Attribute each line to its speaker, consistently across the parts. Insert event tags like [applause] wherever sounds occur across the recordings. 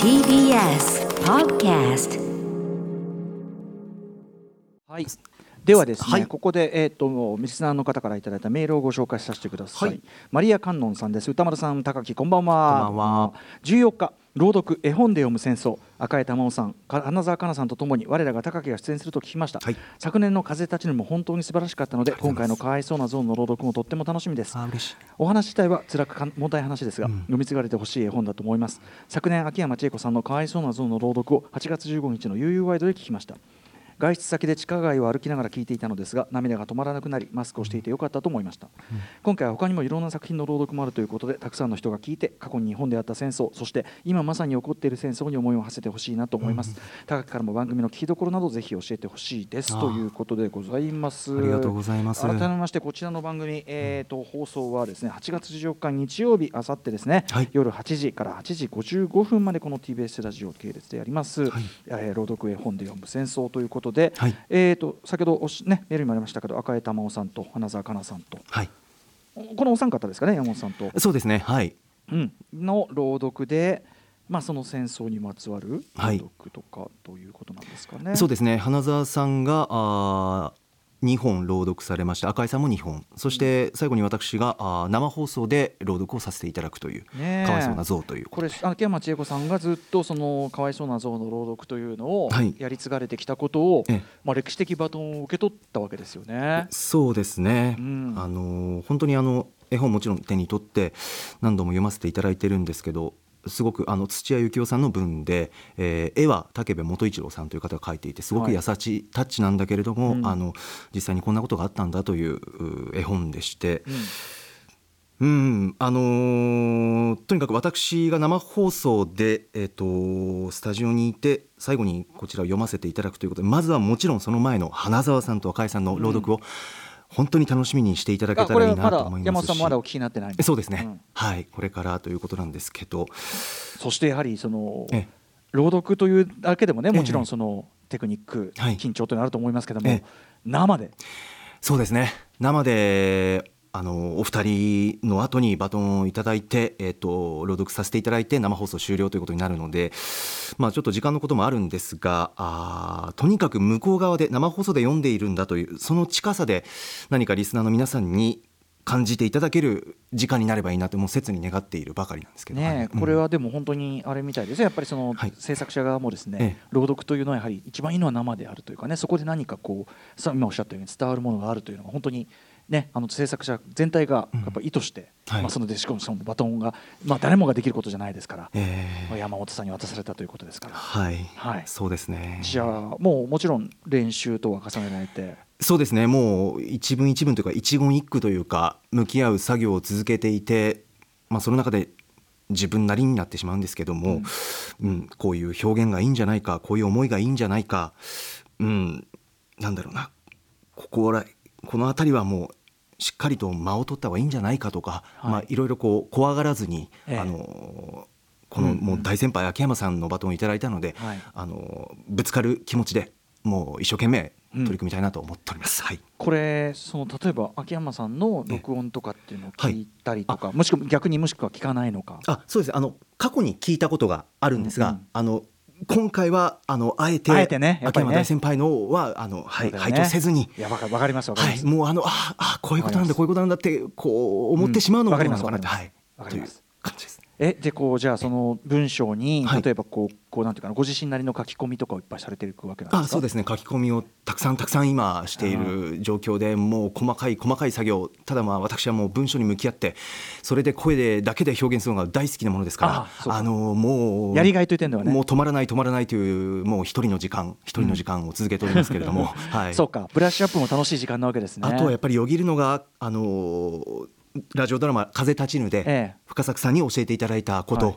Speaker 1: TBS Podcast
Speaker 2: はい。ではですね、
Speaker 3: はい
Speaker 2: ここで、えっ、と、もう、リスナーの方からいただいたメールをご紹介させてください。
Speaker 3: はい
Speaker 2: マリア観音さんです。歌丸さん、高木、こんばんは。
Speaker 3: こんばんは。
Speaker 2: 十四日、朗読、絵本で読む戦争、赤江珠緒さん、か花澤香菜さんとともに、我らが高木が出演すると聞きました。
Speaker 3: はい
Speaker 2: 昨年の風立ちぬも本当に素晴らしかったので、
Speaker 3: りがとう
Speaker 2: 今回
Speaker 3: ございま
Speaker 2: の
Speaker 3: す
Speaker 2: かわいそうなゾーンの朗読もとっても楽しみです。
Speaker 3: あー嬉しい。
Speaker 2: お話自体は辛くかん重たい話ですが、
Speaker 3: うん
Speaker 2: 読み継がれてほしい絵本だと思います昨年秋山千恵子さんの「かわいそうな像」の朗読を8月15日の UU ワイドで聞きました外出先で地下街を歩きながら聞いていたのですが涙が止まらなくなりマスクをしていてよかったと思いました、今回は他にもいろんな作品の朗読もあるということでたくさんの人が聞いて過去に日本であった戦争そして今まさに起こっている戦争に思いを馳せてほしいなと思います、高木からも番組の聞きどころなどぜひ教えてほしいです
Speaker 3: あー
Speaker 2: ということでございます
Speaker 3: ありがとうございます
Speaker 2: 改めましてこちらの番組、えー、と放送はですね8月14日日曜日あさってですね、
Speaker 3: はい
Speaker 2: 夜8時から8時55分までこの TBS ラジオ系列でやります、
Speaker 3: はい
Speaker 2: えー朗読絵本で読む戦争ということで、
Speaker 3: はい
Speaker 2: えー、と先ほどおし、ね、メールにもありましたけど赤江珠緒さんと花澤香菜さんと
Speaker 3: はい。
Speaker 2: このお三方ですかね山本さんと、
Speaker 3: そうですね。はい。
Speaker 2: うん、の朗読で、まあ、その戦争にまつわる朗
Speaker 3: はい
Speaker 2: 読とかということなんですかね。
Speaker 3: そうですね。花澤さんがあ2本朗読されました。赤井さんも2本。そして最後に私があー生放送で朗読をさせていただくという。
Speaker 2: ねえ
Speaker 3: かわいそうな像という。
Speaker 2: これ秋山千恵子さんがずっとそのかわいそうな像の朗読というのを
Speaker 3: はい
Speaker 2: やり継がれてきたことを、
Speaker 3: ええ
Speaker 2: まあ、歴史的バトンを受け取ったわけですよね。
Speaker 3: そうですね。
Speaker 2: うん
Speaker 3: あのー本当にあの絵本もちろん手に取って何度も読ませていただいてるんですけど。すごくあの土屋幸雄さんの文で、えー絵は武部元一郎さんという方が描いていてすご
Speaker 2: は
Speaker 3: く
Speaker 2: い
Speaker 3: 優しいタッチなんだけれども、
Speaker 2: うん
Speaker 3: あの実際にこんなことがあったんだというう絵本でして、
Speaker 2: うん
Speaker 3: うん、あのーとにかく私が生放送で、えっとスタジオにいて最後にこちらを読ませていただくということでまずはもちろんその前の花澤さんと赤井さんの朗読を本当に楽しみにしていただけ
Speaker 2: あ
Speaker 3: た
Speaker 2: これ
Speaker 3: らい
Speaker 2: はいま
Speaker 3: なと
Speaker 2: だ
Speaker 3: 思い
Speaker 2: 山
Speaker 3: ま
Speaker 2: 本
Speaker 3: す
Speaker 2: さん
Speaker 3: し
Speaker 2: まだお聞きになってない
Speaker 3: そうですね、
Speaker 2: うん
Speaker 3: はいこれからということなんですけど、
Speaker 2: そしてやはりその
Speaker 3: ええ
Speaker 2: 朗読というだけでもね
Speaker 3: ええ
Speaker 2: もちろんそのテクニック、
Speaker 3: はい
Speaker 2: 緊張というのはあると思いますけども、
Speaker 3: ええ
Speaker 2: 生で
Speaker 3: そうですね生であのお二人の後にバトンをいただいて、えっと朗読させていただいて生放送終了ということになるので、まあ、ちょっと時間のこともあるんですがあーとにかく向こう側で生放送で読んでいるんだというその近さで何かリスナーの皆さんに感じていただける時間になればいいなともう切に願っているばかりなんですけど、
Speaker 2: ねえこれ
Speaker 3: は
Speaker 2: はでも本当にあれみたいですねやっぱりその
Speaker 3: はい
Speaker 2: 制作者側もですね、
Speaker 3: ええ
Speaker 2: 朗読というのはやはり一番いいのは生であるというかねそこで何かこうさ今おっしゃったように伝わるものがあるというのが本当に。ね、あの制作者全体が
Speaker 3: うん
Speaker 2: やっぱ意図して、
Speaker 3: はい
Speaker 2: まあ、その弟子込みそのバトンが、まあ、誰もができることじゃないですから
Speaker 3: う、んえー
Speaker 2: 山本さんに渡されたということですから
Speaker 3: はい、
Speaker 2: はい
Speaker 3: そうですね
Speaker 2: じゃあもうもちろん練習とは重ねられて
Speaker 3: そうですねもう一文一文というか一言一句というか向き合う作業を続けていて、まあ、その中で自分なりになってしまうんですけども、うんこういう表現がいいんじゃないかこういう思いがいいんじゃないか、うん、なんだろうなここらこの辺りはもうしっかりと間を取った方がいいんじゃないかとか、
Speaker 2: はい
Speaker 3: いまあ、いろいろこう怖がらずに、
Speaker 2: ええ
Speaker 3: あのこの
Speaker 2: うんうん
Speaker 3: もう大先輩秋山さんのバトンをいただいたので、
Speaker 2: はい
Speaker 3: あのぶつかる気持ちでもう一生懸命取り組みたいなと思っております。はい。
Speaker 2: これその例えば秋山さんの録音とかっていうのを聞いたりとか、
Speaker 3: は
Speaker 2: もしくは逆にもしくは聞かないのか
Speaker 3: あ、そうです。あの過去に聞いたことがあるんですが、
Speaker 2: うんうん
Speaker 3: あの今回はあのあえて
Speaker 2: あえてねやっ
Speaker 3: 秋
Speaker 2: ぱりね
Speaker 3: 山大先輩のはあのはい、
Speaker 2: そうだよ
Speaker 3: 配
Speaker 2: ね
Speaker 3: 当せずに。
Speaker 2: いやわかわかりますわかり
Speaker 3: は
Speaker 2: ま
Speaker 3: い、
Speaker 2: す、
Speaker 3: もうあのああこういうことなんだ
Speaker 2: わ
Speaker 3: こういうことなんだってこう思ってしまうの
Speaker 2: うん
Speaker 3: もどうなのか
Speaker 2: わ
Speaker 3: なっ
Speaker 2: かりますわか
Speaker 3: て、はい
Speaker 2: ります
Speaker 3: という感じです。
Speaker 2: えでこうじゃあその文章に、
Speaker 3: はい
Speaker 2: 例えばこうこうなんていうかなご自身なりの書き込みとかをいっぱいされていくわけなんですか
Speaker 3: あそうですすね書き込みをたくさんたくさん今している状況でもう細かい細かい作業ただまあ私はもう文章に向き合ってそれで声でだけで表現するのが大好きなものですか
Speaker 2: あそう
Speaker 3: ら
Speaker 2: か
Speaker 3: あのもう
Speaker 2: やりがいという点ではね
Speaker 3: もう止まらない止まらないというもう一人の時間一人の時間を続けておりますけれども、は
Speaker 2: [laughs]
Speaker 3: い
Speaker 2: そうかブラッシュアップも楽しい時間なわけですね
Speaker 3: あとはやっぱりよぎるのがあのーラジオドラマ「風立ちぬ」で、
Speaker 2: ええ
Speaker 3: 深作さんに教えていただいたこと、
Speaker 2: はい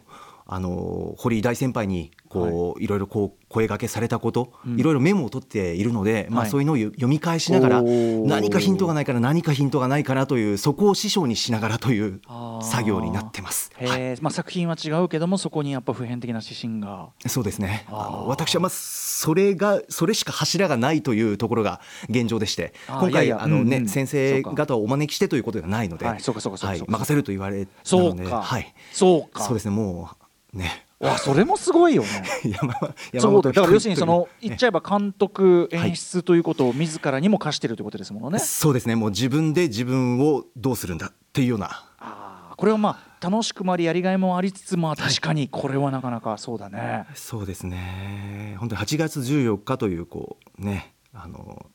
Speaker 3: あのー堀井大先輩にこう、い、ろいろこう声掛けされたこと、
Speaker 2: うん
Speaker 3: いろいろメモを取っているので、まあ、
Speaker 2: はい
Speaker 3: そういうのを読読み返しながら
Speaker 2: おー
Speaker 3: 何かヒントがないから何かヒントがないからというそこを師匠にしながらという
Speaker 2: あー
Speaker 3: 作業になってます。
Speaker 2: へ
Speaker 3: はい
Speaker 2: えまあ、作品は違うけどもそこにやっぱ普遍的な指針が
Speaker 3: そうですね
Speaker 2: あー
Speaker 3: あの私はまあそれがそれしか柱がないというところが現状でして
Speaker 2: あー
Speaker 3: 今
Speaker 2: い
Speaker 3: 回
Speaker 2: やいや
Speaker 3: あのね
Speaker 2: うんうん
Speaker 3: 先生方をお招きしてということではないので、
Speaker 2: はいそうかそうかそうか
Speaker 3: はい
Speaker 2: そうか
Speaker 3: 任せると言われた
Speaker 2: そ
Speaker 3: の
Speaker 2: う
Speaker 3: で
Speaker 2: か、
Speaker 3: はい、
Speaker 2: そうか
Speaker 3: そうですねもうね
Speaker 2: わそれもすごいよね
Speaker 3: [laughs] 山山
Speaker 2: そう
Speaker 3: 本
Speaker 2: だから要するにそ
Speaker 3: 一人一人
Speaker 2: の言っちゃえば監督演出ということを自らにも課してるということですものね、
Speaker 3: そうですねもう自分で自分をどうするんだっていうような
Speaker 2: あーこれはまあ楽しくもありやりがいもありつつまあ確かにこれはなかなかそうだね
Speaker 3: そうですね本当に8月14日というこうねあの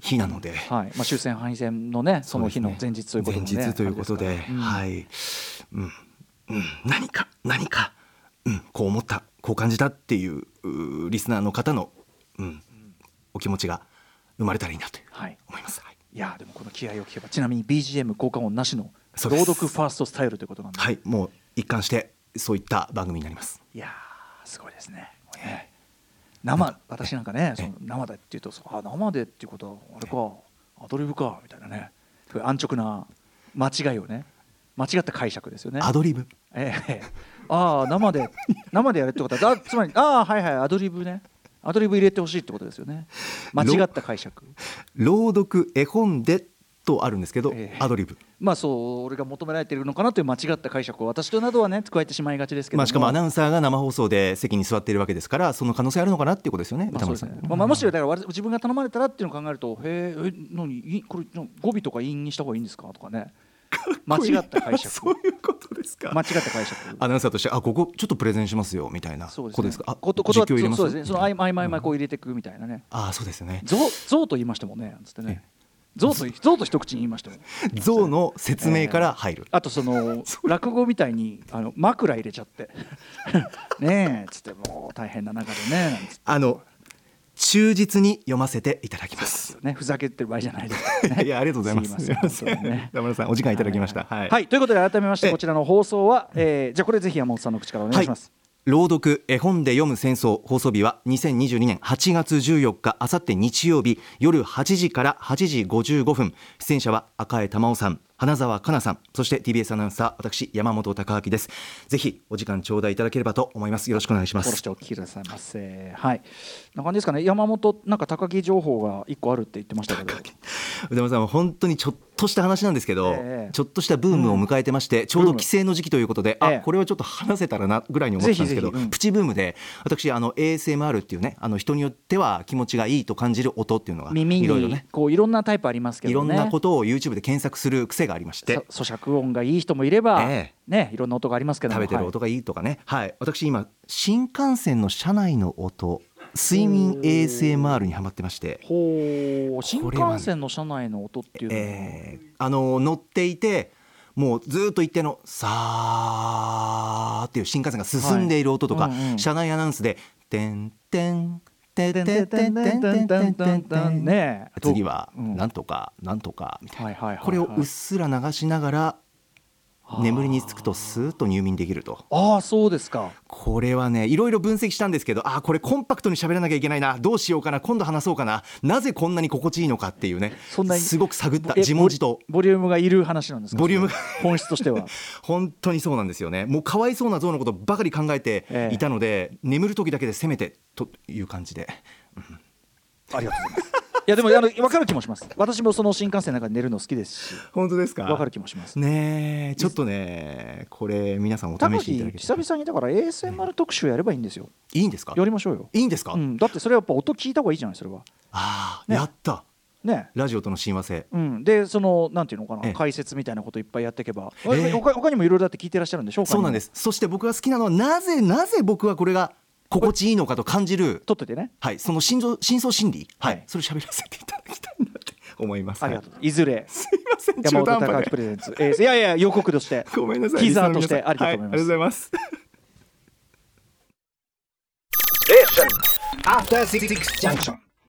Speaker 3: 日なので、
Speaker 2: はいまあ、終戦敗戦のねその日の前日ということで、ね、
Speaker 3: 前日ということで
Speaker 2: あれすからうん
Speaker 3: はい、うんうん、何か何か、うん、こう思ったこう感じたっていううーリスナーの方の、うん、お気持ちが生まれたらいいなと
Speaker 2: はい、
Speaker 3: 思います。はい
Speaker 2: いやーでもこの気合を聞けばちなみに BGM 効果音なしの
Speaker 3: そうで
Speaker 2: 朗
Speaker 3: す
Speaker 2: 読ファーストスタイルということなんで、、
Speaker 3: はいい、もう一貫してそういった番組になります。
Speaker 2: やーすごいですねこれね生私なんかねその生でっていうとそうあ生でっていうことはあれかアドリブかみたいなねそういう安直な間違いをね間違った解釈ですよね
Speaker 3: アドリブ
Speaker 2: ええ、ああ生で生でやれってことはあつまりああはいはいアドリブねアドリブ入れてほしいってことですよね間違った解釈
Speaker 3: 朗読絵本でとあるんですけど、
Speaker 2: ええ
Speaker 3: アドリブ。
Speaker 2: まあそう俺が求められているのかなという間違った解釈を私となどはね加えてしまいがちですけども
Speaker 3: まあしかもアナウンサーが生放送で席に座っているわけですから、その可能性あるのかなっていうことですよね。
Speaker 2: まあそうです
Speaker 3: 歌
Speaker 2: ね
Speaker 3: 丸さん
Speaker 2: まあまあもしだから我々自分が頼まれたらっていうのを考えると「へええ何いこれなん語尾とか韻にした方がいいんですか?」とか
Speaker 3: [laughs]
Speaker 2: ね間違った解
Speaker 3: そう
Speaker 2: 釈
Speaker 3: いうことですか。
Speaker 2: 間違った解釈
Speaker 3: アナウンサーとしてあここちょっとプレゼンしますよみたいな
Speaker 2: そうですね
Speaker 3: ことですか。あ
Speaker 2: ことことは
Speaker 3: 実況入れます
Speaker 2: そうですねその合
Speaker 3: みた
Speaker 2: 間合
Speaker 3: いな
Speaker 2: 間合間こう入れていくみたいなね
Speaker 3: あそうですよね。
Speaker 2: 象象と言いましてもねなんつってね象と象と一口に言いま
Speaker 3: [laughs]
Speaker 2: しても
Speaker 3: 象の説明から入る。
Speaker 2: あとそ
Speaker 3: [laughs]
Speaker 2: の落語みたいにあの枕入れちゃって [laughs] ねえつってもう大変な中でねなんつって
Speaker 3: あの忠実に読ませていただきます。
Speaker 2: ねふざけてる場合じゃないですからね
Speaker 3: [laughs] いやありがとうございます。
Speaker 2: すいません
Speaker 3: すい
Speaker 2: 本当に
Speaker 3: ません
Speaker 2: ね
Speaker 3: 田村さんお時間いただきました。はい。
Speaker 2: はいということで改めまし
Speaker 3: え
Speaker 2: て
Speaker 3: え
Speaker 2: こちらの放送は、えーじゃあこれぜひ山本さんの口からお願いします、
Speaker 3: 朗読絵本で読む戦争放送日は2022年8月14日あさって日曜日夜8時から8時55分出演者は赤江珠緒さん花澤香菜さんそして TBS アナウンサー私山本貴明ですぜひお時間頂戴いただければと思いますよろしくお願いしま
Speaker 2: フォローし
Speaker 3: す
Speaker 2: てお聞きくださいませはいこんな感じですかね山本なんか高木情報が一個あるって言ってましたけど
Speaker 3: 宇多丸さんは本当にちょっとした話なんですけど、
Speaker 2: ええ
Speaker 3: ちょっとしたブームを迎えてまして、ちょうど帰省の時期ということで、
Speaker 2: ええ
Speaker 3: あこれはちょっと話せたらなぐらいに思ってたんですけど
Speaker 2: ぜひぜひうん
Speaker 3: プチブームで私あの ASMR っていうねあの人によっては気持ちがいいと感じる音っていうのが
Speaker 2: 耳
Speaker 3: いろいろ
Speaker 2: に
Speaker 3: ね
Speaker 2: こういろんなタイプありますけ
Speaker 3: い
Speaker 2: ど
Speaker 3: ろん
Speaker 2: ね
Speaker 3: なことを YouTube で検索する癖がありまして。
Speaker 2: そ咀嚼音がいい人もいれば、
Speaker 3: ええ
Speaker 2: ねいろんな音がありますけども
Speaker 3: 食べてる
Speaker 2: はい
Speaker 3: 音がいいとかね、はい、私今新幹線の車内の音睡眠 ASMR にハマってまして
Speaker 2: ほう新
Speaker 3: これはね
Speaker 2: 幹線の車内の音っていうのは、
Speaker 3: えーあの乗っていてもうずーっと一定の「さー」っていう新幹線が進んでいる音とか、
Speaker 2: はいうんうん
Speaker 3: 車内アナウンスで「てんてんてんてんてんてんてんてんてんてんてん」
Speaker 2: ねえ
Speaker 3: 次は「
Speaker 2: うん
Speaker 3: なんとかなんとか」みたい
Speaker 2: はいはいはいは
Speaker 3: ないこれをうっすら流しながら眠りにつくとスーッと入眠できると。
Speaker 2: ああそうですか
Speaker 3: これはねいろいろ分析したんですけどあーこれコンパクトに喋らなきゃいけないなどうしようかな今度話そうかななぜこんなに心地いいのかっていうね
Speaker 2: そんなに
Speaker 3: すごく探った
Speaker 2: え
Speaker 3: 自問自答
Speaker 2: ボリボリュームがいる話なんですか
Speaker 3: ボリュームが
Speaker 2: それ本質と
Speaker 3: [laughs]
Speaker 2: しては
Speaker 3: 本当にそうなんですよねもうかわいそうな象のことばかり考えていたので、眠る時だけでせめてという感じで
Speaker 2: ありがとうございますいやでも [laughs] あの分かる気もします私もその新幹線の中で寝るの好きですし
Speaker 3: 本当ですか
Speaker 2: 分かる気もします
Speaker 3: ねえちょっとねこれ皆さんお
Speaker 2: 高
Speaker 3: 試し
Speaker 2: 木
Speaker 3: いただけ
Speaker 2: 久々にだから ASMR 特集やればいいんですよ
Speaker 3: いいんですか
Speaker 2: やりましょうよ
Speaker 3: いいんですか、
Speaker 2: うん、だってそれはやっぱ音聞いた方がいいじゃないそれは
Speaker 3: ああ、
Speaker 2: ね
Speaker 3: やった
Speaker 2: ね
Speaker 3: ラジオとの親和性
Speaker 2: うん、でそのなんていうのかな、
Speaker 3: ええ
Speaker 2: 解説みたいなこといっぱいやっていけば、
Speaker 3: ええ
Speaker 2: 他他にもいろいろだって聞いてらっしゃるんでしょ
Speaker 3: そうなんですすそして僕が好きなのはなぜなぜ僕はこれが心地いいのかと感じる
Speaker 2: 撮っててね
Speaker 3: はいその心臓深層心理はい、
Speaker 2: はい
Speaker 3: それ喋らせていただきたいなって思います
Speaker 2: ありがとうございますいずれ
Speaker 3: すいません
Speaker 2: 山
Speaker 3: 中途
Speaker 2: 本
Speaker 3: 半
Speaker 2: 隆
Speaker 3: 端
Speaker 2: 明
Speaker 3: で
Speaker 2: プレゼンツ、えーいやいや予告と
Speaker 3: [laughs]
Speaker 2: して
Speaker 3: ごめんなさい。
Speaker 2: ティザーとしてあり
Speaker 3: リ
Speaker 2: が
Speaker 3: スナー
Speaker 2: とう
Speaker 3: の
Speaker 2: ござい
Speaker 3: 皆
Speaker 2: ま
Speaker 3: さ
Speaker 2: す、
Speaker 3: んはいありがとうござい
Speaker 4: [laughs]
Speaker 3: ま
Speaker 4: After
Speaker 3: す。
Speaker 4: Six Junction.